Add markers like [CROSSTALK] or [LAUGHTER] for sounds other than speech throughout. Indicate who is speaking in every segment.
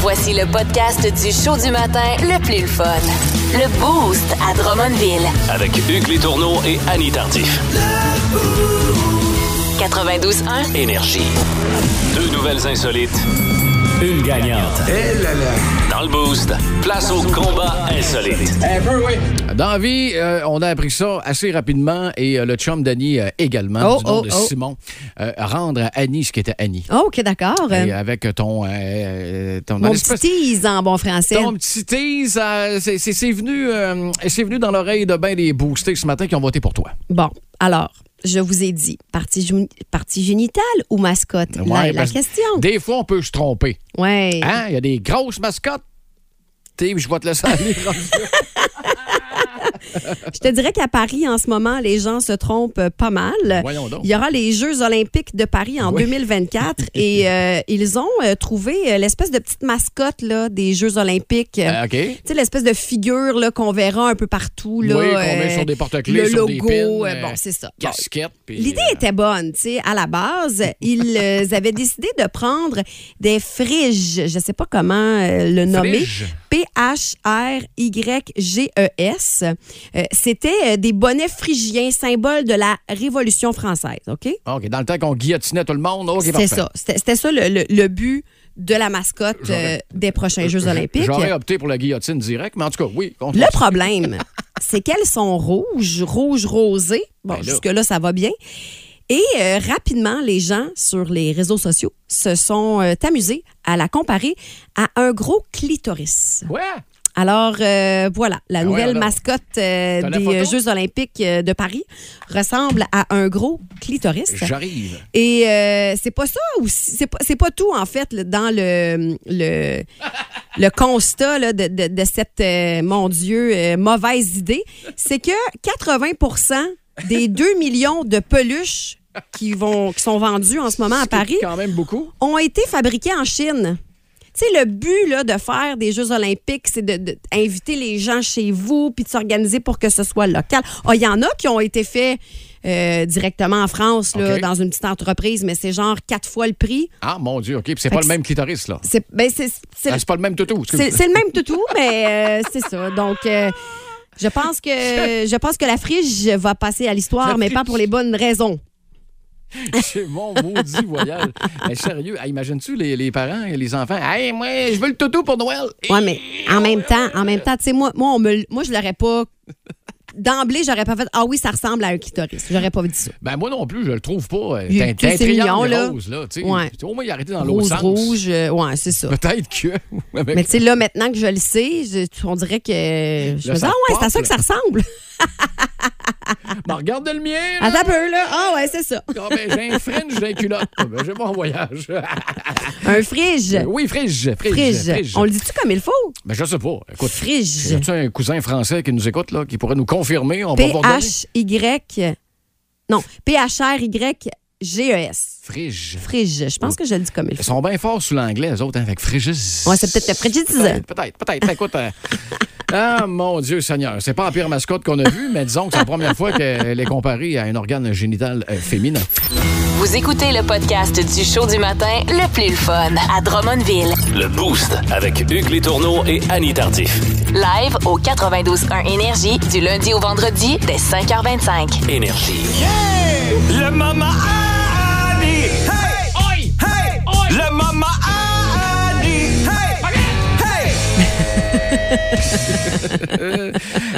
Speaker 1: Voici le podcast du show du matin le plus le fun. Le Boost à Drummondville.
Speaker 2: Avec Hugues Létourneau et Annie Tardif.
Speaker 1: 92.1.
Speaker 2: Énergie. Deux nouvelles insolites. Une gagnante. Dans le boost, place au combat insolite.
Speaker 3: Dans la vie, euh, on a appris ça assez rapidement et euh, le chum d'Annie euh, également,
Speaker 4: Oh,
Speaker 3: du nom
Speaker 4: oh,
Speaker 3: de
Speaker 4: oh.
Speaker 3: Simon, euh, rendre à Annie ce qui était Annie.
Speaker 4: Oh, OK, d'accord.
Speaker 3: Et avec ton... euh, ton
Speaker 4: Mon
Speaker 3: espèce-
Speaker 4: petit tease en bon français.
Speaker 3: Ton petit tease, euh, c'est- c'est c'est venu, euh, c'est venu dans l'oreille de ben des boostés ce matin qui ont voté pour toi.
Speaker 4: Bon, alors, je vous ai dit, partie, gé- partie génitale ou mascotte? Là
Speaker 3: Ouais,
Speaker 4: est la
Speaker 3: parce-
Speaker 4: question.
Speaker 3: Des fois, on peut se tromper.
Speaker 4: Ouais.
Speaker 3: Hein? Il y a des grosses mascottes. T'sais, je vais te
Speaker 4: [LAUGHS]
Speaker 3: laisser aller.
Speaker 4: Je te dirais qu'à Paris, en ce moment, les gens se trompent euh, pas mal.
Speaker 3: Voyons donc.
Speaker 4: Il y aura les Jeux olympiques de Paris en
Speaker 3: Oui. [LAUGHS]
Speaker 4: 2024 et euh, ils ont euh, trouvé euh, l'espèce de petite mascotte là, des Jeux olympiques.
Speaker 3: Euh, OK.
Speaker 4: Tu sais, l'espèce de figure là, qu'on verra un peu partout. Là,
Speaker 3: oui, qu'on met
Speaker 4: euh,
Speaker 3: sur des porte-clés,
Speaker 4: le
Speaker 3: sur des
Speaker 4: logo,
Speaker 3: pins,
Speaker 4: euh,
Speaker 3: euh,
Speaker 4: bon, c'est ça. Bon,
Speaker 3: Casquette. puis,
Speaker 4: L'idée
Speaker 3: euh,
Speaker 4: était bonne, tu sais. À la base, ils
Speaker 3: [LAUGHS]
Speaker 4: euh, avaient décidé de prendre des friges, je sais pas comment euh, le nommer.
Speaker 3: Friges?
Speaker 4: P-H-R-Y-G-E-S. E Euh, C'était euh, des bonnets phrygiens, symbole de la Révolution française, OK?
Speaker 3: Ah, OK, dans le temps qu'on guillotinait tout le monde. OK,
Speaker 4: C'était
Speaker 3: parfait.
Speaker 4: ça. C'était c'était ça le, le- le but de la mascotte euh,
Speaker 3: J'aurais-
Speaker 4: des prochains Jeux
Speaker 3: J-
Speaker 4: olympiques.
Speaker 3: J'aurais opté pour la guillotine directe, mais en tout cas, oui. on-
Speaker 4: Le problème, c'est qu'elles sont rouges, rouge rosé. Bon,
Speaker 3: Ben là.
Speaker 4: jusque-là, ça va bien. Et euh, rapidement, les gens sur les réseaux sociaux se sont euh, amusés à la comparer à un gros clitoris.
Speaker 3: Ouais.
Speaker 4: Alors, euh, voilà, la
Speaker 3: Ben
Speaker 4: nouvelle
Speaker 3: voyons donc.
Speaker 4: mascotte euh,
Speaker 3: T'as la
Speaker 4: des
Speaker 3: photo?
Speaker 4: euh, Jeux olympiques euh, de Paris ressemble à un gros clitoris.
Speaker 3: J'arrive.
Speaker 4: Et euh, c'est pas ça aussi. C'est pas, c'est pas tout, en fait, le- dans le, le, [LAUGHS] le constat là, de, de- de cette, euh, mon Dieu, euh, mauvaise idée. C'est que 80 des 2 millions de peluches qui, vont, qui sont vendues en ce moment à
Speaker 3: Ce qui est
Speaker 4: Paris
Speaker 3: quand même beaucoup.
Speaker 4: ont été fabriqués en Chine. Tu sais, le but là, de faire des Jeux olympiques, c'est d'inviter de, inviter les gens chez vous puis de s'organiser pour que ce soit local. Ah, Il y en a qui ont été faits euh, directement en France, là,
Speaker 3: OK.
Speaker 4: dans une petite entreprise, mais c'est genre quatre fois le prix.
Speaker 3: Ah, mon Dieu, OK. Puis c'est pas
Speaker 4: que
Speaker 3: le
Speaker 4: c'est-
Speaker 3: même clitoris, là.
Speaker 4: C'est ben, c'est- c'est-
Speaker 3: Ah, c'est pas le même toutou. excuse.
Speaker 4: c'est- c'est le même toutou, [LAUGHS] mais euh, c'est ça. Donc... euh, je pense que je pense que la frige va passer à l'histoire,
Speaker 3: La
Speaker 4: mais pas
Speaker 3: frige.
Speaker 4: pour les bonnes raisons.
Speaker 3: [LAUGHS] C'est mon maudit voyage. Mais sérieux, ah, imagines-tu les, les parents et les enfants? Hey, moi, je veux le toutou pour Noël.
Speaker 4: Ouais, mais en même temps, en même temps, tu sais, moi, moi, on me, l- moi, je l'aurais pas. D'emblée, j'aurais pas fait. Ah oui, ça ressemble à un clitoris. J'aurais pas dit ça.
Speaker 3: Ben, moi non plus, je le trouve pas. euh,
Speaker 4: Il-
Speaker 3: T'as
Speaker 4: tu
Speaker 3: t'as un
Speaker 4: sais, c'est mignon,
Speaker 3: triangle
Speaker 4: là.
Speaker 3: rose, là. tu sais.
Speaker 4: Ouais.
Speaker 3: Au moins, il a arrêté dans l'autre
Speaker 4: Rose,
Speaker 3: sens.
Speaker 4: rouge. euh, ouais, c'est ça.
Speaker 3: Peut-être que. [LAUGHS] avec-
Speaker 4: Mais tu sais, là, maintenant que je le sais, je- on dirait que. Je
Speaker 3: Là,
Speaker 4: me dis,
Speaker 3: ça
Speaker 4: ah ouais, c'est à
Speaker 3: repart,
Speaker 4: ça que ça ressemble.
Speaker 3: Ben, regarde le mien, là.
Speaker 4: Attends un peu, là. Ah ouais, c'est ça.
Speaker 3: Ah, ben, j'ai un fringe d'un culotte. Ah, ben, j'ai mon voyage. [LAUGHS]
Speaker 4: Un frige.
Speaker 3: Euh, oui, fringe. Fringe.
Speaker 4: Frige.
Speaker 3: fringe.
Speaker 4: On le dit-tu comme il faut?
Speaker 3: Ben, je sais pas. Écoute,
Speaker 4: Frige.
Speaker 3: Y a-tu un cousin français qui nous écoute, là, qui pourrait nous confirmer? On va vous redonner.
Speaker 4: P-H-Y. Non, P-H-R-Y-G-E-S.
Speaker 3: Frige.
Speaker 4: Frige. E Je pense que je le dis comme il
Speaker 3: Ils
Speaker 4: faut.
Speaker 3: sont bien forts sous l'anglais, eux autres, hein, avec frigis.
Speaker 4: Ouais, c'est peut-être le frigis.
Speaker 3: Peut-être, peut-être. peut-être.
Speaker 4: [LAUGHS]
Speaker 3: Écoute, euh, ah, mon Dieu Seigneur, c'est pas la pire mascotte qu'on a vue, mais disons que c'est la première fois qu'elle est comparée à un organe génital euh, féminin.
Speaker 1: Vous écoutez le podcast du show du matin le plus le fun à Drummondville.
Speaker 2: Le boost avec Hugues Létourneau et Annie Tardif.
Speaker 1: Live au 92.1 Énergie du lundi au vendredi dès 5h25.
Speaker 2: Énergie.
Speaker 5: Le Mama Annie. Hey! Hey! Le Mama Annie. Hey! Hey!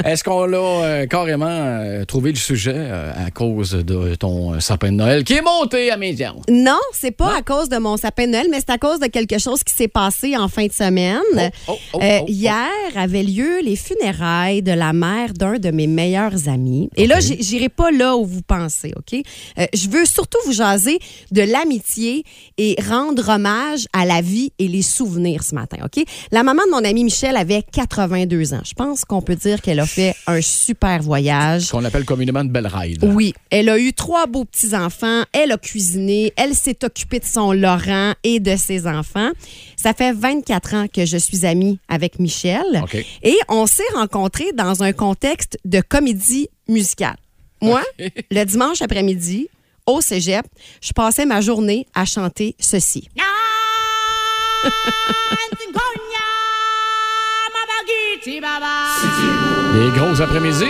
Speaker 3: Est-ce qu'on l'a euh, carrément euh, trouvé le sujet euh, à cause de ton euh, sapin de Noël qui est monté à Médian?
Speaker 4: Non, c'est pas à cause de mon sapin de Noël, mais c'est à cause de quelque chose qui s'est passé en fin de semaine.
Speaker 3: Oh, oh, oh,
Speaker 4: Euh,
Speaker 3: oh, oh.
Speaker 4: hier avaient lieu les funérailles de la mère d'un de mes meilleurs amis. Et là, j'ai- j'irai pas là où vous pensez, OK? Euh, je veux surtout vous jaser de l'amitié et rendre hommage à la vie et les souvenirs ce matin, OK? La maman de mon ami Michel avait 82 ans. Je pense qu'on peut dire qu'elle a fait un super voyage.
Speaker 3: Ce qu'on appelle communément de belle ride.
Speaker 4: Oui, elle a eu trois beaux petits-enfants, elle a cuisiné, elle s'est occupée de son Laurent et de ses enfants. Ça fait 24 ans que je suis amie avec Michel
Speaker 3: OK.
Speaker 4: et on s'est rencontrés dans un contexte de comédie musicale. Moi,
Speaker 3: [LAUGHS]
Speaker 4: le dimanche après-midi, au cégep, je passais ma journée à chanter ceci.
Speaker 6: I'm going City Baba.
Speaker 3: Des gros après-midi.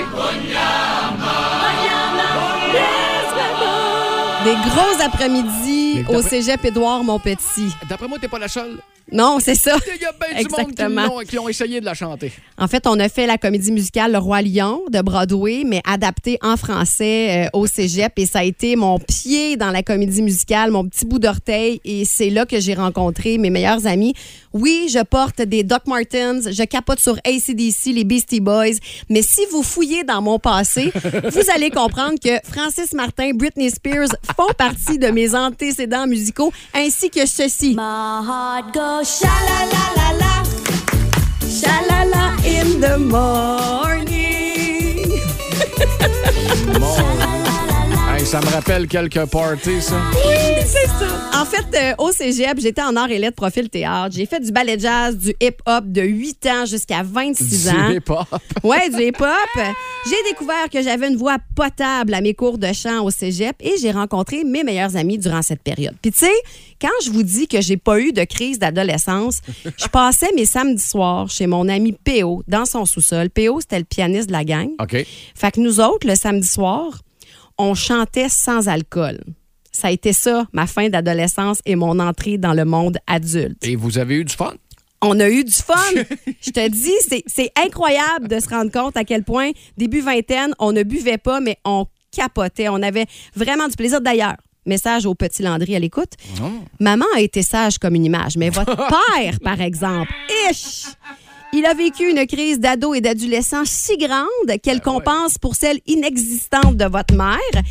Speaker 4: Des gros après-midi
Speaker 3: Mais
Speaker 4: au
Speaker 3: d'après-
Speaker 4: Cégep Édouard Montpetit.
Speaker 3: D'après moi, t'es pas la seule.
Speaker 4: Non, c'est ça.
Speaker 3: Il y a bien du monde qui
Speaker 4: Exactement.
Speaker 3: l'ont- qui ont essayé de la chanter.
Speaker 4: En fait, on a fait la comédie musicale Le Roi Lion de Broadway, mais adaptée en français euh, au cégep. Et ça a été mon pied dans la comédie musicale, mon petit bout d'orteil. Et c'est là que j'ai rencontré mes meilleurs amis. Oui, je porte des Doc Martens, je capote sur ACDC, les Beastie Boys. Mais si vous fouillez dans mon passé, vous allez comprendre que Francis Martin, Britney Spears font partie de mes antécédents musicaux, ainsi que ceci.
Speaker 7: My heart goes sha la la la la, sha la la in the morning.
Speaker 3: Hey, ça me rappelle quelques parties, ça.
Speaker 4: C'est ça. En fait, euh, au cégep, j'étais en arts et lettres profil théâtre. J'ai fait du ballet jazz, du hip-hop de 8 ans jusqu'à 26 ans.
Speaker 3: Du hip-hop.
Speaker 4: [LAUGHS] Ouais, du hip-hop. J'ai découvert que j'avais une voix potable à mes cours de chant au cégep et j'ai rencontré mes meilleurs amis durant cette période. Puis tu sais, quand je vous dis que j'ai pas eu de crise
Speaker 3: [LAUGHS]
Speaker 4: d'adolescence, je passais mes samedis soirs chez mon ami PO dans son sous-sol. PO, c'était le pianiste de la gang.
Speaker 3: OK.
Speaker 4: Fait que nous autres, le samedi soir, on chantait sans alcool. Ça a été ça, ma fin d'adolescence et mon entrée dans le monde adulte.
Speaker 3: Et vous avez eu du fun?
Speaker 4: On a eu du fun. Je te dis, c'est- c'est incroyable de se rendre compte à quel point, début vingtaine, on ne buvait pas, mais on capotait. On avait vraiment du plaisir. D'ailleurs, message au petit Landry à l'écoute. Maman a été sage comme une image, mais votre père, par exemple, ish! Il a vécu une crise d'ado et d'adolescent si grande qu'elle compense pour celle inexistante de votre mère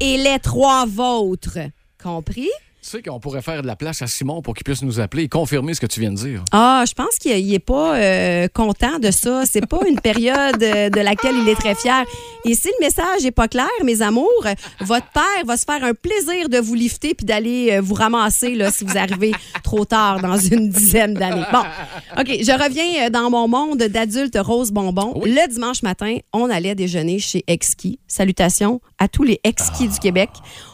Speaker 4: et les trois vôtres. Compris?
Speaker 3: Tu sais qu'on pourrait faire de la place à Simon pour qu'il puisse nous appeler et confirmer ce que tu viens de dire.
Speaker 4: Ah, je pense qu'il n'est pas euh, content de ça. C'est pas une période euh, de laquelle il est très fier. Et si le message n'est pas clair, mes amours, euh, votre père va se faire un plaisir de vous lifter puis d'aller euh, vous ramasser là, si vous arrivez trop tard dans une dizaine d'années. Bon, OK, je reviens euh, dans mon monde d'adulte rose bonbon. Le dimanche matin, on allait déjeuner chez Exquis. Salutations à tous les Exquis du Québec.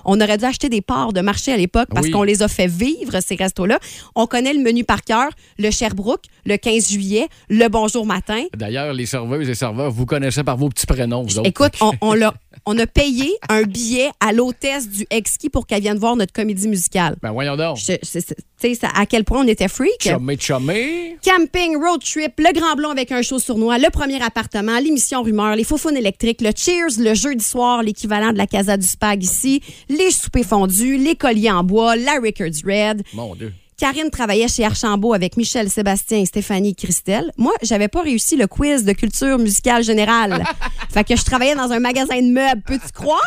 Speaker 4: On aurait dû acheter des parts de marché à l'époque parce
Speaker 3: Oui.
Speaker 4: qu'on les a fait vivre, ces restos-là. On connaît le menu par cœur, le Sherbrooke, le 15 juillet, le Bonjour Matin.
Speaker 3: D'ailleurs, les serveuses et serveurs, vous connaissez par vos petits prénoms, vous autres.
Speaker 4: Écoute, on, on l'a- on a payé un billet à l'hôtesse du Exquis pour qu'elle vienne voir notre comédie musicale.
Speaker 3: Ben voyons donc.
Speaker 4: Je- c'est- c'est- Tu sais, ça- à quel point on était freak.
Speaker 3: Chumé, chumé.
Speaker 4: Camping, road trip, le Grand Blond avec un show sournois, le premier appartement, l'émission Rumeur, les faufounes électriques, le Cheers le jeudi soir, l'équivalent de la Casa du Spag ici, les soupers fondus, les colliers en bois, la Rickards Red.
Speaker 3: Mon Dieu.
Speaker 4: Karine travaillait chez Archambault avec Michel, Sébastien, Stéphanie, Christelle. Moi, j'avais pas réussi le quiz de culture musicale générale. fait que je travaillais dans un magasin de meubles. Peux-tu croire?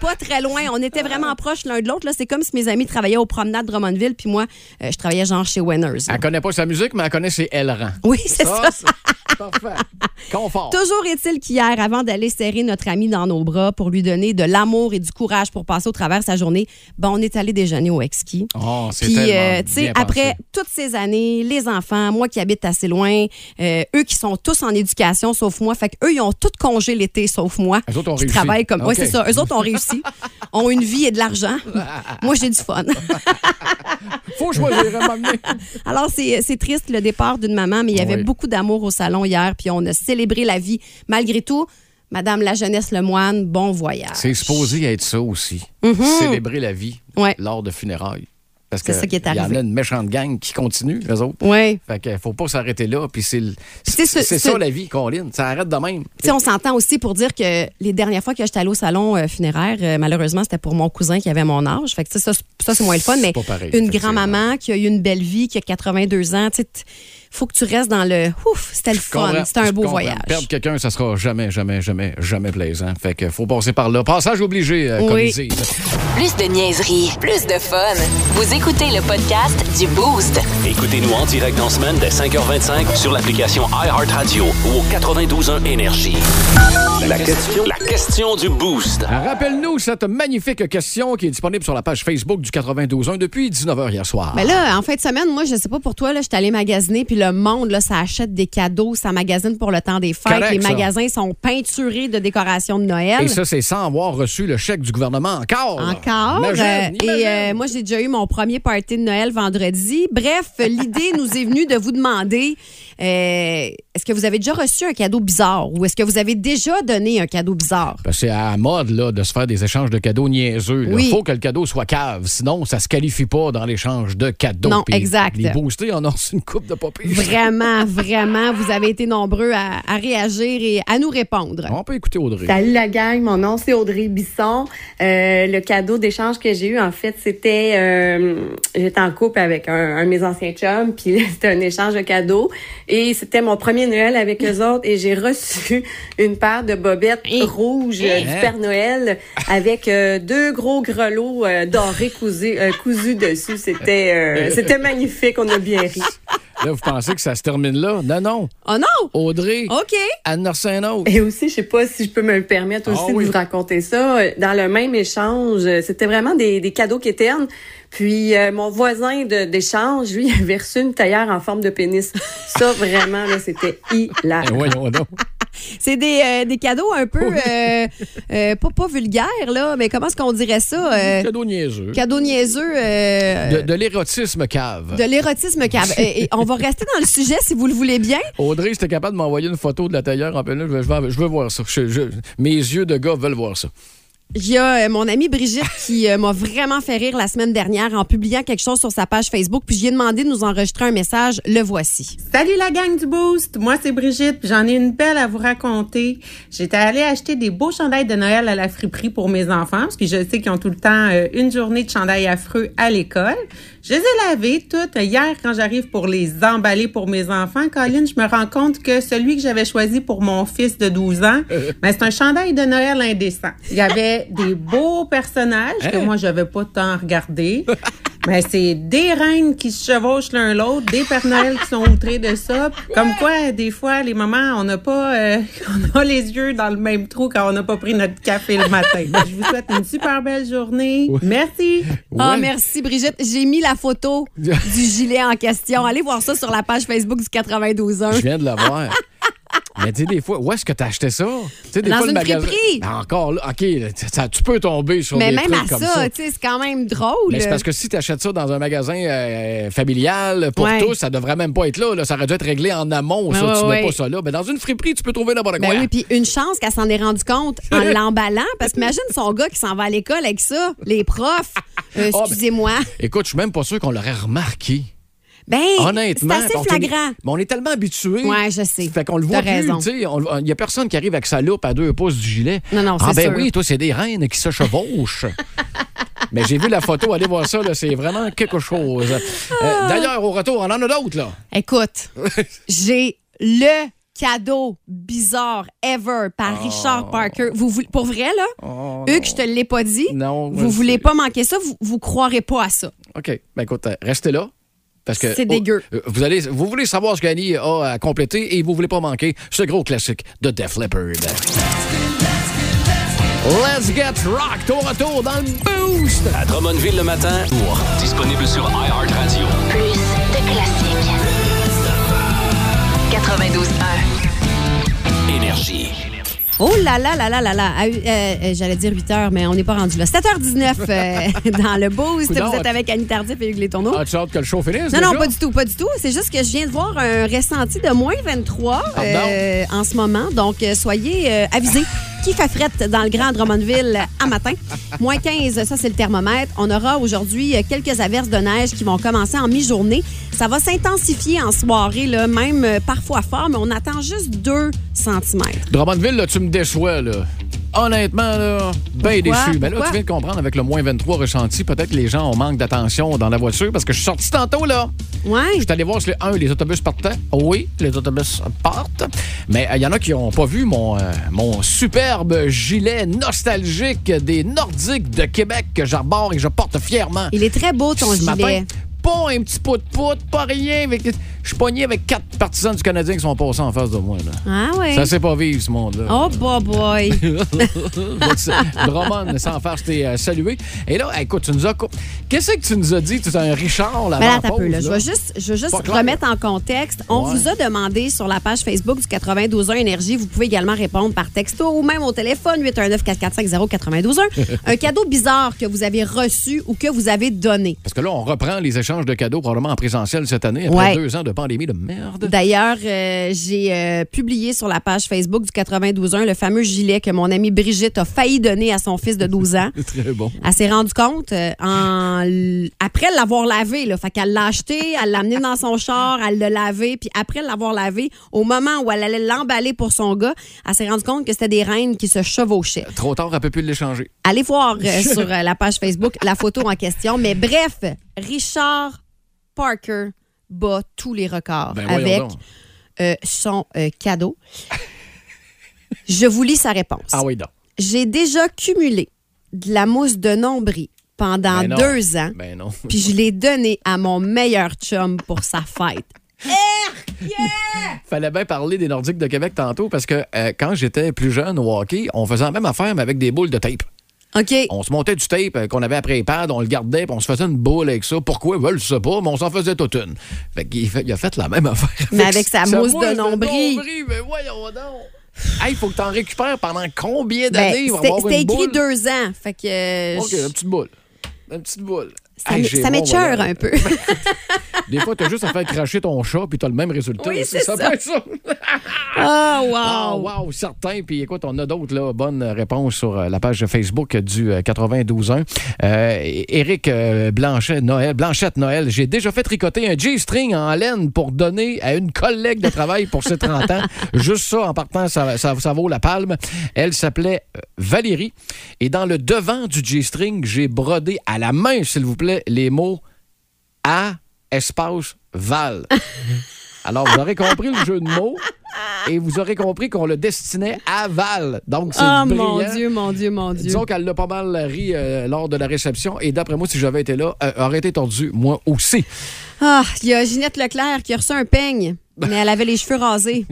Speaker 4: Pas très loin. On était vraiment proches l'un de l'autre. là. C'est comme si mes amis travaillaient aux promenades Drummondville, puis moi, euh, je travaillais genre chez Winners.
Speaker 3: Elle connaît pas sa musique, mais elle connaît ses ailerons.
Speaker 4: Oui, c'est ça.
Speaker 3: c'est parfait. Confort.
Speaker 4: Toujours est-il qu'hier, avant d'aller serrer notre ami dans nos bras pour lui donner de l'amour et du courage pour passer au travers de sa journée, ben, on est allé déjeuner au exquis.
Speaker 3: Oh, c'est
Speaker 4: Puis,
Speaker 3: tellement
Speaker 4: euh, tu sais,
Speaker 3: bien
Speaker 4: après
Speaker 3: pensé.
Speaker 4: toutes ces années, les enfants, moi qui habite assez loin, euh, eux qui sont tous en éducation, sauf moi, fait qu'eux, ils ont tout congé l'été, sauf moi.
Speaker 3: Eux autres ont
Speaker 4: qui
Speaker 3: réussi.
Speaker 4: travaillent comme. Oui,
Speaker 3: OK.
Speaker 4: c'est ça. Eux autres ont
Speaker 3: [LAUGHS]
Speaker 4: réussi, ont une vie et de l'argent. moi, j'ai du fun.
Speaker 3: Faut choisir à m'amener.
Speaker 4: Alors, c'est c'est triste le départ d'une maman, mais il y avait
Speaker 3: Oui.
Speaker 4: beaucoup d'amour au salon hier, puis on a célébré la vie. Malgré tout, Madame la Jeunesse Lemoine, bon voyage.
Speaker 3: C'est supposé être ça aussi. Célébrer la vie
Speaker 4: Mm-hmm. Ouais.
Speaker 3: lors de funérailles. Parce
Speaker 4: C'est
Speaker 3: que
Speaker 4: ça qui est
Speaker 3: Il y
Speaker 4: arrivé.
Speaker 3: en a une méchante gang qui continue, les autres.
Speaker 4: Oui.
Speaker 3: Fait que faut pas s'arrêter là. Puis c'est le-
Speaker 4: tu sais,
Speaker 3: c'est
Speaker 4: ce-
Speaker 3: c'est
Speaker 4: ce-
Speaker 3: ça la vie, Colin. Ça arrête de même.
Speaker 4: Tu sais, on s'entend aussi pour dire que les dernières fois que j'étais allée au salon euh, funéraire, euh, malheureusement, c'était pour mon cousin qui avait mon âge. Fait que, tu sais, ça, c'est- ça, c'est moins le fun,
Speaker 3: C'est
Speaker 4: mais
Speaker 3: pas pareil,
Speaker 4: une
Speaker 3: effectivement.
Speaker 4: grand-maman qui a eu une belle vie, qui a 82 ans, tu sais, t- faut que tu restes dans le ouf, c'était le fun,
Speaker 3: Comprends-
Speaker 4: c'était un
Speaker 3: je
Speaker 4: beau
Speaker 3: comprends.
Speaker 4: voyage.
Speaker 3: Perdre quelqu'un, ça sera jamais, jamais, jamais, jamais plaisant. Fait que faut passer par là. Passage obligé, euh, comme
Speaker 4: Oui.
Speaker 3: ils disent.
Speaker 1: Plus de niaiserie, plus de fun. Vous écoutez le podcast du Boost.
Speaker 2: Écoutez-nous en direct en semaine dès 5h25 sur l'application iHeartRadio ou au 92.1 Énergie. La question, la question du boost.
Speaker 3: Rappelle-nous cette magnifique question qui est disponible sur la page Facebook du 92.1 depuis 19h hier soir.
Speaker 4: Mais là, en fin de semaine, moi, je sais pas pour toi, là, je suis allée magasiner, puis le monde, là, ça achète des cadeaux, ça magasine pour le temps des fêtes.
Speaker 3: Correct,
Speaker 4: les
Speaker 3: ça.
Speaker 4: magasins sont peinturés de décorations de Noël.
Speaker 3: Et ça, c'est sans avoir reçu le chèque du gouvernement encore.
Speaker 4: Encore.
Speaker 3: Imagine,
Speaker 4: euh, et euh,
Speaker 3: imagine.
Speaker 4: moi,
Speaker 3: [LAUGHS]
Speaker 4: j'ai déjà eu mon premier party de Noël vendredi. Bref, l'idée nous est venue de vous demander Euh, est-ce que vous avez déjà reçu un cadeau bizarre ou est-ce que vous avez déjà donné un cadeau bizarre?
Speaker 3: Parce que c'est à la mode là, de se faire des échanges de cadeaux niaiseux. Il
Speaker 4: Oui.
Speaker 3: faut que le cadeau soit cave, sinon ça se qualifie pas dans l'échange de cadeaux.
Speaker 4: Non,
Speaker 3: Puis
Speaker 4: exact.
Speaker 3: Les boostés en ont reçu une coupe de papier. [LAUGHS]
Speaker 4: Vraiment, vraiment, vous avez été nombreux à, à réagir et à nous répondre.
Speaker 3: On peut écouter Audrey.
Speaker 6: Salut la gang, mon nom c'est Audrey Bisson. Euh, le cadeau d'échange que j'ai eu, en fait, c'était euh, j'étais en couple avec un, un de mes anciens chums, puis [LAUGHS] c'était un échange de cadeaux et c'était mon premier Noël avec eux autres et j'ai reçu une paire de bobettes rouges euh, du
Speaker 3: Hein?
Speaker 6: Père Noël avec euh, deux gros grelots euh, dorés cousés, euh, cousus dessus. C'était euh, c'était magnifique, on a bien ri.
Speaker 3: Là, vous pensez que ça se termine là? Non, non.
Speaker 4: Oh Eh, non!
Speaker 3: Audrey,
Speaker 4: OK.
Speaker 3: Anne un autre.
Speaker 6: Et aussi, je sais pas si je peux me le permettre aussi
Speaker 3: Ah oui.
Speaker 6: de vous raconter ça. Euh, Dans le même échange, euh, c'était vraiment des, des cadeaux qui éternent. Puis euh, mon voisin de- d'échange, lui, [LAUGHS] il avait reçu une taillère en forme de pénis. Ça, vraiment,
Speaker 3: [LAUGHS]
Speaker 6: là, c'était
Speaker 3: Eh,
Speaker 6: hilarant.
Speaker 4: [LAUGHS]
Speaker 3: voyons donc.
Speaker 4: C'est des, euh, des cadeaux un
Speaker 3: [LAUGHS]
Speaker 4: peu euh, euh, pas, pas vulgaires, là, mais comment est-ce qu'on dirait ça? Euh,
Speaker 3: Cadeau niaiseux.
Speaker 4: cadeau niaiseux. euh,
Speaker 3: De, de l'érotisme cave.
Speaker 4: de l'érotisme
Speaker 3: [LAUGHS]
Speaker 4: cave. Et- et on va rester dans le sujet si vous le voulez bien.
Speaker 3: Audrey, si t'es capable de m'envoyer une photo de la tailleur en pelure, je, veux- je veux- je veux voir ça. Je- je- mes yeux de gars veulent voir ça.
Speaker 4: Il y a euh, mon amie Brigitte qui euh, m'a vraiment fait rire la semaine dernière en publiant quelque chose sur sa page Facebook, puis j'ai demandé de nous enregistrer un message. Le voici.
Speaker 8: Salut la gang du Boost, moi c'est Brigitte, puis j'en ai une belle à vous raconter. J'étais allée acheter des beaux chandails de Noël à la friperie pour mes enfants, parce que je sais qu'ils ont tout le temps euh, une journée de chandail affreux à l'école. Je les ai lavés toutes euh, hier quand j'arrive pour les emballer pour mes enfants. Colin, je me rends compte que celui que j'avais choisi pour mon fils de 12 ans, ben, c'est un chandail de Noël indécent. Il y avait des beaux personnages que moi j'avais pas tant regardé. Mais Ben, c'est des reines qui se chevauchent l'un l'autre, des Pères Noël qui sont outrés de ça. Comme quoi, des fois, les mamans, on n'a pas, euh, [LAUGHS] on a les yeux dans le même trou quand on n'a pas pris notre café le matin. Ben, Je vous souhaite une super belle journée. Merci.
Speaker 4: Ah,
Speaker 3: Ouais.
Speaker 4: merci Brigitte. J'ai mis la
Speaker 3: [LAUGHS]
Speaker 4: photo du gilet en question. Allez voir ça sur la page Facebook du
Speaker 3: Je
Speaker 4: 92.1.
Speaker 3: viens de la voir. Mais dis des fois, où est-ce que t'as acheté ça? Tu sais, des
Speaker 4: Dans
Speaker 3: fois, le
Speaker 4: une
Speaker 3: magasin-
Speaker 4: friperie.
Speaker 3: Ah, Encore là, OK, là, t- ça- tu peux tomber sur
Speaker 4: Mais
Speaker 3: des
Speaker 4: même
Speaker 3: trucs
Speaker 4: à
Speaker 3: comme
Speaker 4: ça, tu sais, c'est quand même drôle.
Speaker 3: Mais c'est parce que si tu achètes ça dans un magasin euh, familial pour
Speaker 4: Ouais.
Speaker 3: tous, ça devrait même pas être là, là. Ça aurait dû être réglé en amont. ça,
Speaker 4: Ouais,
Speaker 3: tu
Speaker 4: ouais,
Speaker 3: mets
Speaker 4: ouais.
Speaker 3: pas ça là. Mais dans une friperie, tu peux trouver n'importe quoi.
Speaker 4: Ben oui, puis une chance qu'elle s'en est rendue compte
Speaker 3: [LAUGHS]
Speaker 4: en l'emballant, parce qu'imagine son gars qui s'en va à l'école avec ça, les profs. Euh,
Speaker 3: ben-
Speaker 4: Excusez-moi.
Speaker 3: Écoute, je suis même pas sûr qu'on l'aurait remarqué.
Speaker 4: Ben, c'est
Speaker 3: Honnêtement,
Speaker 4: assez
Speaker 3: on est-
Speaker 4: flagrant.
Speaker 3: mais on est tellement habitué.
Speaker 4: Ouais, je sais.
Speaker 3: Fait qu'on le
Speaker 4: T'as
Speaker 3: voit plus,
Speaker 4: raison.
Speaker 3: tu sais, on- Il y a personne qui arrive avec sa loupe à deux pouces du gilet.
Speaker 4: Non, non,
Speaker 3: Ah
Speaker 4: c'est sûr.
Speaker 3: ben oui, toi, c'est des reines qui
Speaker 4: [LAUGHS]
Speaker 3: se chevauchent. Mais j'ai vu la photo, allez voir ça, là, c'est vraiment quelque chose.
Speaker 4: Ah.
Speaker 3: Euh, D'ailleurs, au retour, on en a d'autres, là.
Speaker 4: Écoute, [LAUGHS] j'ai le cadeau bizarre ever
Speaker 3: Ah.
Speaker 4: par Richard Parker. Vous, voulez- pour vrai, là, Hugues, je te l'ai pas dit.
Speaker 3: Non, je
Speaker 4: Vous
Speaker 3: sais.
Speaker 4: voulez pas manquer ça, vous, vous croirez pas à ça.
Speaker 3: OK. Ben écoute, euh, restez là. Parce que,
Speaker 4: C'est dégueu.
Speaker 3: euh, Vous, allez, vous voulez savoir ce qu'Annie a à compléter et vous voulez pas manquer ce gros classique de Def Leppard. Let's get rocked au retour dans le boost!
Speaker 2: À Drummondville le matin, pour disponible sur iHeartRadio.
Speaker 1: Plus de classiques. 92.1.
Speaker 2: Énergie.
Speaker 4: Oh là là là là là là. Ah, euh, euh, J'allais dire 8 heures, mais on n'est pas rendu là. 7h19 euh, [LAUGHS] dans le boost.
Speaker 3: Coudon,
Speaker 4: Vous êtes
Speaker 3: as-
Speaker 4: avec Annie Tardif et Hugues Les Tourneaux.
Speaker 3: Ah, tu as hâte que le show finisse?
Speaker 4: Non,
Speaker 3: déjà?
Speaker 4: non, pas du tout, pas du tout. C'est juste que je viens de voir un ressenti de moins 23
Speaker 3: Pardon?
Speaker 4: euh, en ce moment. Donc, euh, soyez euh, avisés.
Speaker 3: [LAUGHS]
Speaker 4: Qui fait frette dans le Grand Drummondville euh, à matin? Moins 15, ça, c'est le thermomètre. On aura aujourd'hui euh, quelques averses de neige qui vont commencer en mi-journée. Ça va s'intensifier en soirée, là, même euh, parfois fort, mais on attend juste 2 cm.
Speaker 3: Drummondville, là, tu me déçois, là. Honnêtement, là, ben
Speaker 4: Pourquoi?
Speaker 3: déçu. Ben là,
Speaker 4: Pourquoi?
Speaker 3: tu viens de comprendre avec le moins 23 ressenti, peut-être que les gens ont manque d'attention dans la voiture parce que je suis sorti tantôt, là.
Speaker 4: Ouais.
Speaker 3: Je suis allé voir si, le- un, les autobus partaient. Oui, les autobus partent. Mais il y en a qui n'ont pas vu mon, euh, mon superbe gilet nostalgique des Nordiques de Québec que j'arbore et que je porte fièrement.
Speaker 4: Il est très beau, ton
Speaker 3: Ce matin,
Speaker 4: gilet.
Speaker 3: pas un petit pot de pout, pas rien. avec- Je suis pogné avec quatre partisans du Canadien qui sont passés en face de moi. Là.
Speaker 4: Ah oui.
Speaker 3: Ça, c'est pas vivre, ce monde-là. [LAUGHS]
Speaker 4: Oh, boy, boy.
Speaker 3: Drummond, sans faire, je t'ai euh, salué. Et là, écoute, tu nous as. co- Qu'est-ce que tu nous as dit? Tu as un Richard là
Speaker 4: Ben là,
Speaker 3: avant
Speaker 4: t'as peu,
Speaker 3: pause,
Speaker 4: là. Je
Speaker 3: là?
Speaker 4: vais juste, je vais juste
Speaker 3: Pas clair.
Speaker 4: remettre en contexte. On
Speaker 3: Ouais.
Speaker 4: vous a demandé sur la page Facebook du 92.1 Énergie, vous pouvez également répondre par texto ou même au téléphone 819-445-0921,
Speaker 3: [LAUGHS]
Speaker 4: un cadeau bizarre que vous avez reçu ou que vous avez donné.
Speaker 3: Parce que là, on reprend les échanges de cadeaux probablement en présentiel cette année après
Speaker 4: Ouais.
Speaker 3: deux ans de pandémie de merde.
Speaker 4: D'ailleurs, euh, j'ai euh, publié sur la page Facebook du 92.1 le fameux gilet que mon amie Brigitte a failli donner à son fils de 12
Speaker 3: [LAUGHS]
Speaker 4: ans.
Speaker 3: Très bon.
Speaker 4: Elle s'est rendue compte euh, en l- après l'avoir lavé. Là, fait qu'elle l'a acheté, elle l'a amené dans son char, elle l'a lavé. Puis après l'avoir lavé, au moment où elle allait l'emballer pour son gars, elle s'est rendue compte que c'était des reines qui se chevauchaient.
Speaker 3: Trop tard, elle peut plus l'échanger.
Speaker 4: Allez voir
Speaker 3: [LAUGHS]
Speaker 4: euh, sur euh, la page Facebook la photo en question. Mais bref, Richard Parker bat tous les records
Speaker 3: Ben, voyons
Speaker 4: Ah, avec
Speaker 3: donc.
Speaker 4: euh, son euh, cadeau. Je vous lis sa réponse.
Speaker 3: Ah oui, donc.
Speaker 4: J'ai déjà cumulé de la mousse de nombril pendant
Speaker 3: Ben non.
Speaker 4: deux ans,
Speaker 3: Ben non.
Speaker 4: [LAUGHS] puis je l'ai donnée à mon meilleur chum pour sa fête.
Speaker 3: Fallait bien parler des Nordiques de Québec tantôt parce que euh, quand j'étais plus jeune au hockey, on faisait la même affaire mais avec des boules de tape.
Speaker 4: OK.
Speaker 3: On se montait du tape euh, qu'on avait après les pads, on le gardait, puis on se faisait une boule avec ça. Pourquoi? Ben, je sais pas, mais on s'en faisait toute une. Fait qu'il fait- il a fait la même [LAUGHS] affaire.
Speaker 4: Mais avec sa mousse de nombril.
Speaker 3: mais voyons donc. Hey, faut que t'en récupères pendant combien
Speaker 4: Ben,
Speaker 3: d'années? pour
Speaker 4: c'était
Speaker 3: avoir
Speaker 4: c'était
Speaker 3: une
Speaker 4: écrit
Speaker 3: boule?
Speaker 4: deux ans. Fait que euh,
Speaker 3: OK,
Speaker 4: je-
Speaker 3: une petite boule. Une petite boule.
Speaker 4: ça
Speaker 3: Hey,
Speaker 4: m'é-
Speaker 3: j'ai
Speaker 4: ça
Speaker 3: mon
Speaker 4: m'écœure
Speaker 3: voyage.
Speaker 4: un
Speaker 3: [LAUGHS]
Speaker 4: peu.
Speaker 3: Des fois, t'as juste à faire cracher ton chat, puis t'as le même résultat.
Speaker 4: Oui,
Speaker 3: Ça,
Speaker 4: c'est
Speaker 3: ça
Speaker 4: ça.
Speaker 3: peut être ça.
Speaker 4: Ah, wow.
Speaker 3: Ah, wow, certain. Puis écoute, on a d'autres là, bonnes réponses sur euh, la page Facebook du euh, 92.1. Euh, Éric euh, Blanchet, Noël, Blanchette Noël, j'ai déjà fait tricoter un G-string en laine pour donner à une collègue de travail pour ses 30 ans. Juste ça, en partant, ça, ça- ça vaut la palme. Elle s'appelait euh, Valérie. Et dans le devant du G-string, j'ai brodé à la main, s'il vous plaît, les mots à espace Val. Alors, vous aurez compris le jeu de mots et vous aurez compris qu'on le destinait à Val. Donc, c'est
Speaker 4: Ah,
Speaker 3: brillant.
Speaker 4: mon Dieu, mon Dieu, mon Dieu.
Speaker 3: Disons qu'elle l'a pas mal ri euh, lors de la réception. Et d'après moi, si j'avais été là, euh, aurait été tordu, moi aussi.
Speaker 4: Ah, il y a Ginette Leclerc qui a reçu un peigne, mais elle avait les cheveux rasés.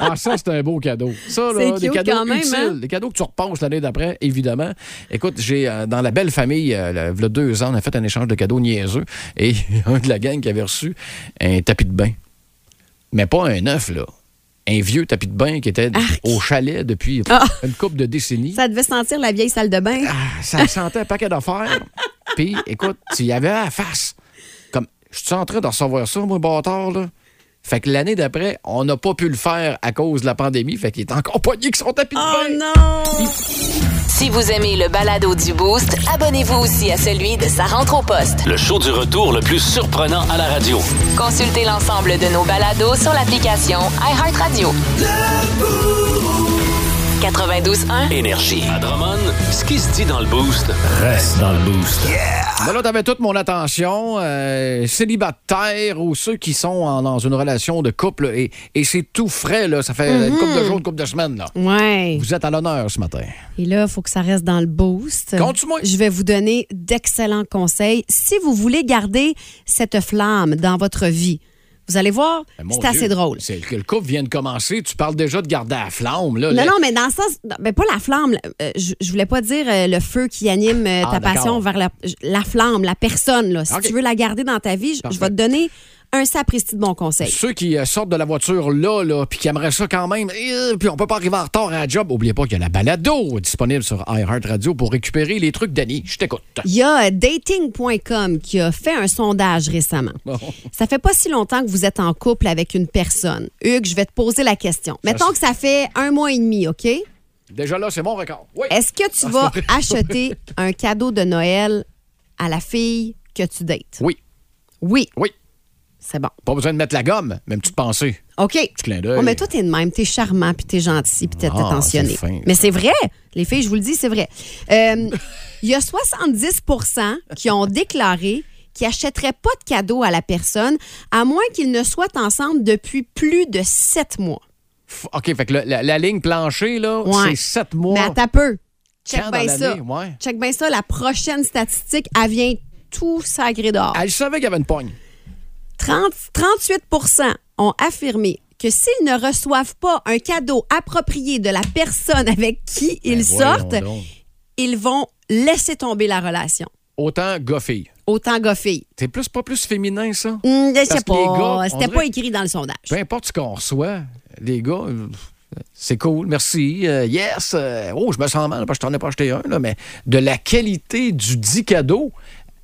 Speaker 3: Ah, ça, c'est un beau cadeau. Ça,
Speaker 4: C'est
Speaker 3: là, des
Speaker 4: cute
Speaker 3: cadeaux
Speaker 4: quand même,
Speaker 3: utiles.
Speaker 4: hein?
Speaker 3: Des cadeaux que tu repenses l'année d'après, évidemment. Écoute, j'ai, euh, dans la belle famille, euh, le, deux ans, on a fait un échange de cadeaux niaiseux. Et [LAUGHS] un de la gang qui avait reçu un tapis de bain. Mais pas un neuf, là. Un vieux tapis de bain qui était au chalet depuis
Speaker 4: Ah!
Speaker 3: une couple de décennies.
Speaker 4: Ça devait sentir la vieille salle de bain.
Speaker 3: Ah, ça sentait un
Speaker 4: [LAUGHS]
Speaker 3: paquet d'affaires. Puis, écoute, tu y avais à la face. Comme, je suis en train de recevoir ça, moi, bâtard, là. Fait que l'année d'après, on n'a pas pu le faire à cause de la pandémie. Fait qu'il est encore [LAUGHS] poigné que son tapis de
Speaker 4: Oh
Speaker 3: bain.
Speaker 4: non!
Speaker 1: Si vous aimez le balado du Boost, abonnez-vous aussi à celui de Sa rentre au poste.
Speaker 2: Le show du retour le plus surprenant à la radio.
Speaker 1: Consultez l'ensemble de nos balados sur l'application iHeartRadio. 92.1,
Speaker 2: Énergie. À Drummond, ce qui se dit dans le boost reste dans le boost.
Speaker 3: Ben là, t'avais toute mon attention. euh, célibataire ou ceux qui sont en- dans une relation de couple. Et, et c'est tout frais, là. Ça fait une couple
Speaker 4: Mm-hmm.
Speaker 3: de jours, une couple de semaines, là.
Speaker 4: Ouais.
Speaker 3: Vous êtes à l'honneur ce matin.
Speaker 4: Et là, il faut que ça reste dans le boost.
Speaker 3: Compte-moi.
Speaker 4: Je vais vous donner d'excellents conseils. Si vous voulez garder cette flamme dans votre vie, vous allez voir,
Speaker 3: Ben, mon
Speaker 4: c'est
Speaker 3: Dieu,
Speaker 4: assez drôle.
Speaker 3: C'est que le couple vient de commencer. Tu parles déjà de garder la flamme, là.
Speaker 4: Non,
Speaker 3: Les-
Speaker 4: non, mais dans le sens. non, Mais pas la flamme. là. Euh, je, je voulais pas dire euh, le feu qui anime euh,
Speaker 3: Ah,
Speaker 4: ta
Speaker 3: d'accord.
Speaker 4: passion vers la, la flamme, la personne. Là. Si
Speaker 3: OK.
Speaker 4: tu veux la garder dans ta vie, je- je,
Speaker 3: Parfait.
Speaker 4: vais te donner un sapristi de bons conseils.
Speaker 3: Ceux qui euh, sortent de la voiture là, là puis qui aimeraient ça quand même, euh, puis on peut pas arriver en retard à la job. Oubliez pas qu'il y a la balado disponible sur iHeartRadio pour récupérer les trucs d'Annie. Je t'écoute.
Speaker 4: Il y a euh, dating.com qui a fait un sondage récemment. Ça fait pas si longtemps que vous êtes en couple avec une personne. Hugues, je vais te poser la question. Mettons que ça fait un mois et demi, OK?
Speaker 3: Déjà là, c'est mon record. Oui.
Speaker 4: Est-ce que tu vas acheter un cadeau de Noël à la fille que tu dates?
Speaker 3: Oui,
Speaker 4: Oui,
Speaker 3: oui.
Speaker 4: c'est bon.
Speaker 3: Pas besoin de mettre la gomme, même petite pensée.
Speaker 4: OK.
Speaker 3: clin d'œil.
Speaker 4: Oh, mais toi, t'es de même. T'es charmant, puis t'es gentil, puis t'es
Speaker 3: Ah,
Speaker 4: attentionné.
Speaker 3: c'est fin, ça.
Speaker 4: Mais c'est vrai. Les filles, je vous le dis, c'est vrai. Euh, Il y a 70 qui ont déclaré qu'ils n'achèteraient pas de cadeau à la personne, à moins qu'ils ne soient ensemble depuis plus de sept mois.
Speaker 3: F- OK, fait que le- la, la ligne planchée, là,
Speaker 4: Ouais.
Speaker 3: Oh, c'est sept mois.
Speaker 4: Mais attends peu. Check
Speaker 3: Quand dans
Speaker 4: bien ça.
Speaker 3: l'année, ouais.
Speaker 4: Check bien ça. La prochaine statistique, elle vient tout sacré dehors.
Speaker 3: Elle savait qu'il y avait une pogne.
Speaker 4: 30 38 ont affirmé que s'ils ne reçoivent pas un cadeau approprié de la personne avec qui ils
Speaker 3: Ben voyons
Speaker 4: sortent,
Speaker 3: donc.
Speaker 4: ils vont laisser tomber la relation.
Speaker 3: Autant gars-fille.
Speaker 4: Autant gars-fille.
Speaker 3: C'est plus, pas plus féminin, ça?
Speaker 4: Hum, je
Speaker 3: Parce
Speaker 4: sais
Speaker 3: que les
Speaker 4: pas.
Speaker 3: gars, Ben, on
Speaker 4: C'était
Speaker 3: dirait-
Speaker 4: pas écrit dans le sondage.
Speaker 3: Peu importe ce qu'on reçoit, les gars, euh, c'est cool, merci, euh, yes. euh, oh, je me sens mal parce que je t'en ai pas acheté un, là, mais de la qualité du dit cadeau,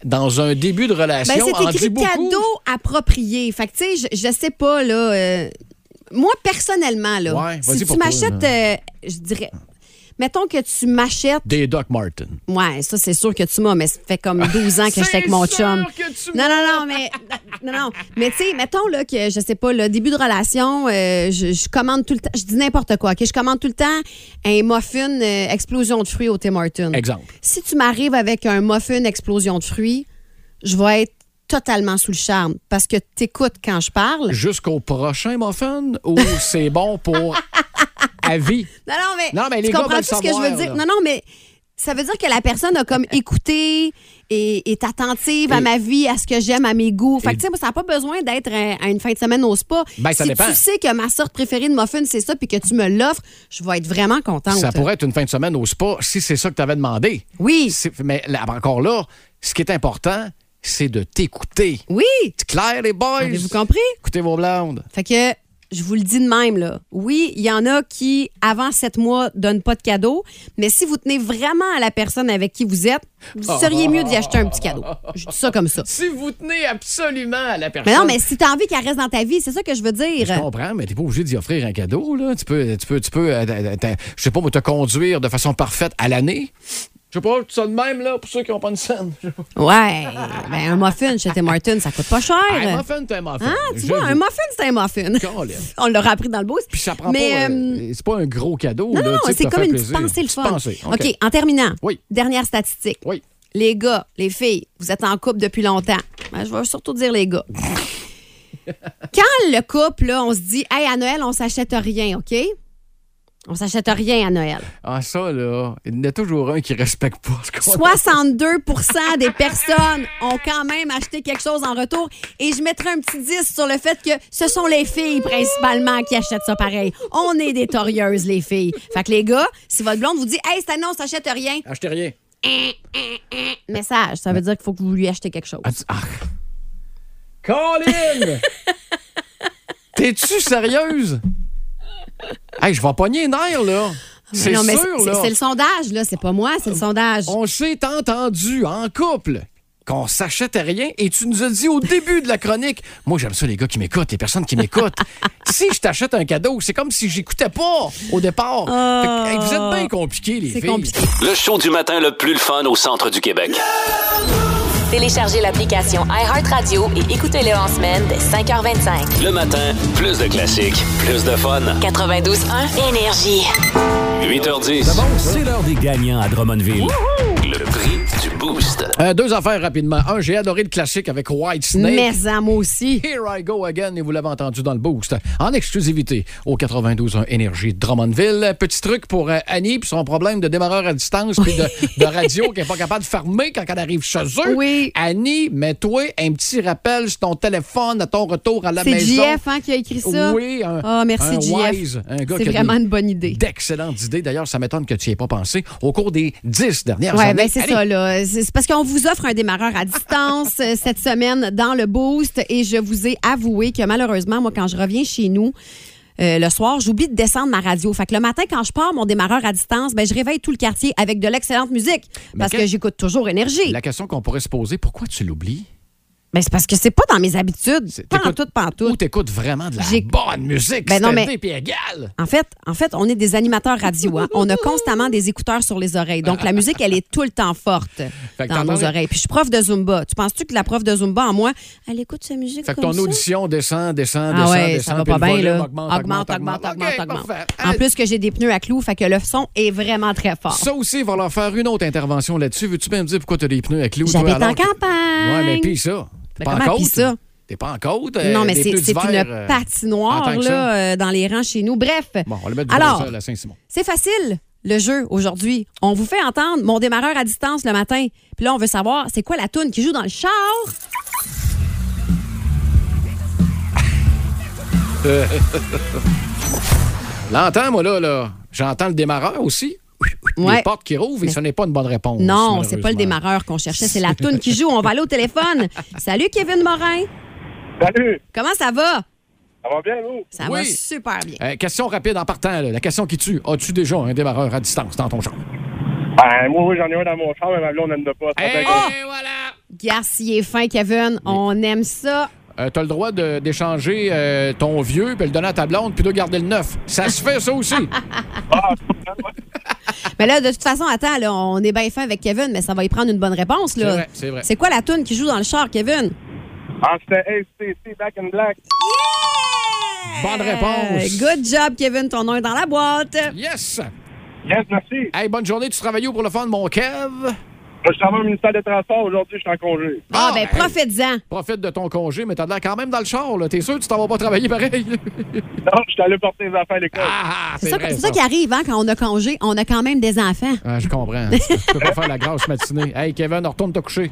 Speaker 3: dans un début de relation
Speaker 4: Ben,
Speaker 3: en
Speaker 4: c'est
Speaker 3: dit
Speaker 4: écrit
Speaker 3: beaucoup.
Speaker 4: cadeau approprié. Fait que, tu sais, je, je sais pas, là. euh, moi, personnellement, là,
Speaker 3: Ouais, vas-y
Speaker 4: si
Speaker 3: pour
Speaker 4: tu
Speaker 3: toi,
Speaker 4: m'achètes, euh, je dirais. Mettons que tu m'achètes.
Speaker 3: Des Doc Martin.
Speaker 4: Ouais, ça, c'est sûr que tu m'as, mais ça fait
Speaker 3: [LAUGHS]
Speaker 4: comme 12 ans que
Speaker 3: C'est
Speaker 4: j'étais avec mon
Speaker 3: sûr
Speaker 4: chum.
Speaker 3: que tu
Speaker 4: non, non, non, mais. Non, non. Mais, tu sais, mettons, là, que, je sais pas, le début de relation, euh, je, je commande tout le temps. Je dis n'importe quoi, OK? Je commande tout le temps un muffin euh, explosion de fruits au Tim Hortons.
Speaker 3: Exemple.
Speaker 4: Si tu m'arrives avec un muffin explosion de fruits, je vais être totalement sous le charme parce que t'écoutes quand je parle.
Speaker 3: Jusqu'au prochain muffin ou c'est bon
Speaker 4: [LAUGHS]
Speaker 3: pour à vie?
Speaker 4: Non, non, mais,
Speaker 3: Non, mais les
Speaker 4: tu
Speaker 3: gars
Speaker 4: comprends
Speaker 3: veulent
Speaker 4: tout ce que je
Speaker 3: savoir,
Speaker 4: veux dire?
Speaker 3: là.
Speaker 4: Non, non, mais ça veut dire que la personne a comme écouté et est attentive à
Speaker 3: Et-
Speaker 4: ma vie, à ce que j'aime, à mes goûts. Fait
Speaker 3: Et-
Speaker 4: que, tu sais, moi, ça n'a pas besoin d'être à, à une fin de semaine au spa.
Speaker 3: Ben, ça
Speaker 4: si
Speaker 3: dépend.
Speaker 4: tu sais que ma sorte préférée de muffin, c'est ça, puis que tu me l'offres, je vais être vraiment contente.
Speaker 3: Ça pourrait être une fin de semaine au spa si c'est ça que tu avais demandé.
Speaker 4: euh, Oui.
Speaker 3: C'est- Mais là, encore là, ce qui est important, c'est de t'écouter.
Speaker 4: Oui!
Speaker 3: C'est clair, les boys?
Speaker 4: Avez-vous compris?
Speaker 3: Écoutez vos blondes.
Speaker 4: Fait que je vous le dis de même, là. Oui, il y en a qui, avant sept mois, donnent pas de cadeau, mais si vous tenez vraiment à la personne avec qui vous êtes,
Speaker 3: Oh.
Speaker 4: vous seriez mieux d'y acheter un petit cadeau. Je dis ça comme ça.
Speaker 3: Si vous tenez absolument à la personne.
Speaker 4: Mais non, mais si t'as envie qu'elle reste dans ta vie, c'est ça que je veux
Speaker 3: Je
Speaker 4: dire.
Speaker 3: comprends, mais t'es pas obligé d'y offrir un cadeau, là. Tu peux, tu peux, tu peux, euh, t'as- t'as- je sais pas, moi, te conduire de façon parfaite à l'année. Je sais pas, tout ça de même, là, pour ceux qui ont pas une scène.
Speaker 4: Ouais. Ben, un muffin chez Tim Martin, ça coûte pas cher.
Speaker 3: Ah, Un muffin, t'es un muffin.
Speaker 4: Hein, tu vois, un
Speaker 3: J'avoue.
Speaker 4: muffin, c'est un muffin.
Speaker 3: Colin.
Speaker 4: [LAUGHS] On l'aura appris dans le boost.
Speaker 3: Puis ça prend
Speaker 4: Mais,
Speaker 3: pas.
Speaker 4: euh,
Speaker 3: euh, c'est pas un gros cadeau,
Speaker 4: Non,
Speaker 3: là.
Speaker 4: non,
Speaker 3: tu sais,
Speaker 4: c'est
Speaker 3: pour
Speaker 4: comme
Speaker 3: te faire
Speaker 4: une petite
Speaker 3: plaisir.
Speaker 4: pensée, le
Speaker 3: Petite
Speaker 4: fun.
Speaker 3: pensée, OK.
Speaker 4: OK, en terminant,
Speaker 3: Oui.
Speaker 4: dernière statistique.
Speaker 3: Oui.
Speaker 4: Les gars, les filles, vous êtes en couple depuis longtemps. Ben, je vais surtout dire les
Speaker 3: [LAUGHS]
Speaker 4: gars. Quand le couple, là, on se dit, hey, à Noël, on s'achète rien, OK? On s'achète rien à Noël.
Speaker 3: Ah, ça, là, il y en a toujours un qui respecte pas ce qu'on
Speaker 4: 62 des personnes ont quand même acheté quelque chose en retour. Et je mettrai un petit 10 sur le fait que ce sont les filles principalement qui achètent ça pareil. On est des torieuses, les filles. Fait que les gars, si votre blonde vous dit Hey, cette année, on s'achète rien,
Speaker 3: Achetez rien.
Speaker 4: message. Ça veut dire qu'il faut que vous lui achetez quelque chose.
Speaker 3: Ah, tu- ah. Colin! [LAUGHS] T'es-tu sérieuse? Hey, je vais pogner les nerfs, là. C'est
Speaker 4: non, mais c'est-
Speaker 3: sûr,
Speaker 4: c'est
Speaker 3: là.
Speaker 4: c'est le sondage, là. C'est pas moi, c'est le sondage.
Speaker 3: On s'est entendu en couple qu'on s'achètait rien et tu nous as dit au début de la chronique, moi j'aime ça les gars qui m'écoutent, les personnes qui
Speaker 4: [LAUGHS]
Speaker 3: m'écoutent. si je t'achète un cadeau, c'est comme si j'écoutais pas au départ. Fait que, hey, vous êtes bien compliqués les
Speaker 4: Ah. C'est
Speaker 3: filles.
Speaker 4: compliqué.
Speaker 2: Le show du matin le plus le fun au centre du Québec.
Speaker 1: Téléchargez l'application iHeartRadio et écoutez-le en semaine dès 5h25.
Speaker 2: Le matin, plus de classiques, plus de fun.
Speaker 1: 92.1 Énergie.
Speaker 2: 8h10,
Speaker 9: C'est l'heure des gagnants à Drummondville.
Speaker 2: le prix du boost.
Speaker 3: Euh, deux affaires rapidement. Un, j'ai adoré le classique avec White Snake.
Speaker 4: Mais à moi aussi.
Speaker 3: Here I go again, et vous l'avez entendu dans le boost, en exclusivité au 92.1 Énergie de Drummondville. Petit truc pour euh, Annie, puis son problème de démarreur à distance, puis de, de radio qui n'est pas capable de fermer quand elle arrive chez eux.
Speaker 4: Oui.
Speaker 3: Annie, mets-toi un petit rappel sur ton téléphone à ton retour à la
Speaker 4: C'est
Speaker 3: maison.
Speaker 4: JF hein, qui a écrit ça.
Speaker 3: Oui, un,
Speaker 4: Ah, merci,
Speaker 3: un
Speaker 4: JF.
Speaker 3: wise, un gars
Speaker 4: C'est
Speaker 3: qui a
Speaker 4: vraiment
Speaker 3: des-
Speaker 4: une bonne idée.
Speaker 3: D'excellentes idées. D'ailleurs, ça m'étonne que tu n'y aies pas pensé au cours des dix dernières
Speaker 4: Oui,
Speaker 3: années.
Speaker 4: ben c'est
Speaker 3: Allez,
Speaker 4: ça, là. C'est c'est parce qu'on vous offre un démarreur à distance euh, cette semaine dans le Boost et je vous ai avoué que malheureusement, moi, quand je reviens chez nous, euh, le soir, j'oublie de descendre ma radio. Fait que le matin, quand je pars mon démarreur à distance, ben, je réveille tout le quartier avec de l'excellente musique
Speaker 3: Mais
Speaker 4: parce
Speaker 3: que-
Speaker 4: que, j'écoute toujours Énergie.
Speaker 3: Ben, La question qu'on pourrait se poser, pourquoi tu l'oublies?
Speaker 4: Ben, c'est parce que c'est pas dans mes habitudes.
Speaker 3: C'est-
Speaker 4: Pas en
Speaker 3: t'écoutes-
Speaker 4: tout, pas en tout.
Speaker 3: Ou t'écoutes vraiment de la
Speaker 4: J'ai-
Speaker 3: bonne musique.
Speaker 4: Ben non,
Speaker 3: c'était
Speaker 4: mais- Ah,
Speaker 3: puis égale.
Speaker 4: En fait, en fait, on est des animateurs radio. hein. On a constamment des écouteurs sur les oreilles. Donc, la musique, elle est tout le temps forte
Speaker 3: que
Speaker 4: dans
Speaker 3: t'entends-
Speaker 4: nos oreilles. Puis, je suis prof de Zumba. Tu penses-tu que la prof de Zumba, en moi, elle écoute sa musique
Speaker 3: Fait que ton
Speaker 4: comme ça?
Speaker 3: audition descend, descend,
Speaker 4: Ah
Speaker 3: descend,
Speaker 4: ouais,
Speaker 3: descend.
Speaker 4: ça va
Speaker 3: puis
Speaker 4: pas
Speaker 3: le
Speaker 4: bien,
Speaker 3: volume
Speaker 4: là.
Speaker 3: Augmente, augmente, augmente. OK, parfait.
Speaker 4: En
Speaker 3: Hey,
Speaker 4: plus que j'ai des pneus à clous, fait que le son est vraiment très fort.
Speaker 3: Ça aussi, il va leur faire une autre intervention là-dessus. Veux-tu bien me dire pourquoi t'as des pneus à clous? toi,
Speaker 4: J'habite en
Speaker 3: alors que-
Speaker 4: campagne.
Speaker 3: Ouais, mais pis ça. T'es
Speaker 4: Ben,
Speaker 3: pas en
Speaker 4: comment
Speaker 3: côte.
Speaker 4: pis ça?
Speaker 3: T'es pas en côte.
Speaker 4: non,
Speaker 3: euh,
Speaker 4: mais
Speaker 3: des
Speaker 4: c'est
Speaker 3: pneus
Speaker 4: c'est
Speaker 3: d'hiver,
Speaker 4: une
Speaker 3: euh, en
Speaker 4: patinoire
Speaker 3: tant que ça.
Speaker 4: là, euh, dans les rangs chez nous. Bref.
Speaker 3: Bon, on le met du
Speaker 4: Alors,
Speaker 3: bronzer à la Saint-Simon.
Speaker 4: c'est facile, le jeu, aujourd'hui. On vous fait entendre mon démarreur à distance le matin. Puis là, on veut savoir, c'est quoi la toune qui joue dans le char?
Speaker 3: L'entends, moi, là, là. J'entends le démarreur aussi. Les
Speaker 4: Ouais.
Speaker 3: portes qui rouvrent et ce n'est pas une bonne réponse.
Speaker 4: Non, c'est pas le
Speaker 3: malheureusement.
Speaker 4: démarreur qu'on cherchait, c'est la toune qui joue. On va aller au
Speaker 3: [LAUGHS]
Speaker 4: téléphone. Salut, Kevin Morin.
Speaker 10: Salut,
Speaker 4: Comment ça va?
Speaker 10: ça va bien, vous?
Speaker 4: Ça
Speaker 3: Oui.
Speaker 4: va super bien.
Speaker 3: Euh, question rapide en partant, là, la question qui tue. As-tu déjà un démarreur à distance dans ton champ?
Speaker 10: Ben, moi, oui, j'en ai un dans mon char, mais ma blonde n'aime pas. ça fait que-
Speaker 4: Garce, il est fin, Kevin. On aime ça.
Speaker 3: Euh, T'as le droit de- d'échanger euh, ton vieux, puis le donner à ta blonde, puis de garder le neuf. Ça se fait, ça aussi.
Speaker 4: Mais là, de toute façon, attends, là, on est bien fin avec Kevin, mais ça va y prendre une bonne réponse. là.
Speaker 10: C'est vrai, c'est vrai.
Speaker 4: quoi la toune qui joue dans le char, Kevin?
Speaker 10: Ah, c'était ACC, Back in Black.
Speaker 3: Bonne réponse.
Speaker 4: Euh, good job, Kevin. Ton nom est dans la boîte.
Speaker 3: Yes!
Speaker 10: Yes, merci.
Speaker 3: Hey, bonne journée. Tu travailles où pour le fun, mon Kev? Moi,
Speaker 10: je travaille au ministère des Transports. Aujourd'hui, je suis en congé.
Speaker 4: Ah, ben, profites-en.
Speaker 3: Profite de ton congé, mais t'as de l'air quand même dans le char, là. T'es sûr que tu t'en vas pas travailler pareil? [LAUGHS]
Speaker 10: non, je suis allé porter les affaires à l'école.
Speaker 3: Ah,
Speaker 4: C'est ça,
Speaker 3: vrai,
Speaker 4: c'est ça qui arrive, hein, quand on a congé, on a quand même des
Speaker 3: [LAUGHS]
Speaker 4: enfants.
Speaker 3: Ah, je comprends. tu peux pas faire la grosse matinée. Hey, Kevin, retourne te coucher.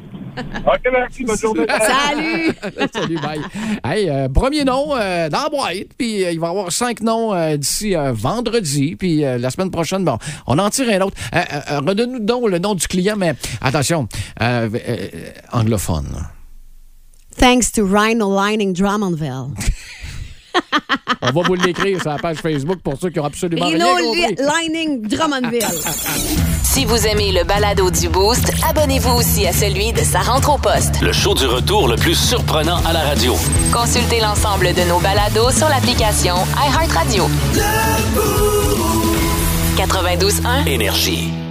Speaker 10: OK, merci. Bonne journée.
Speaker 3: [LAUGHS]
Speaker 4: Salut!
Speaker 3: Salut, bye. Hey, euh, premier nom euh, dans la boîte, puis euh, il va y avoir cinq noms euh, d'ici euh, vendredi, puis euh, la semaine prochaine, bon, on en tire un autre. Euh, euh, euh, Redonne-nous donc le nom du client, mais attention, euh, euh, anglophone.
Speaker 4: Thanks to Rhino Lining Drummondville.
Speaker 3: On va vous l'écrire sur la page Facebook pour ceux qui ont absolument rien
Speaker 4: Rhino
Speaker 3: compris.
Speaker 4: Li- Lining Drummondville.
Speaker 1: Si vous aimez le balado du Boost, abonnez-vous aussi à celui de Sa rentre au poste.
Speaker 2: Le show du retour le plus surprenant à la radio.
Speaker 1: Consultez l'ensemble de nos balados sur l'application iHeartRadio. 92.1
Speaker 2: Énergie.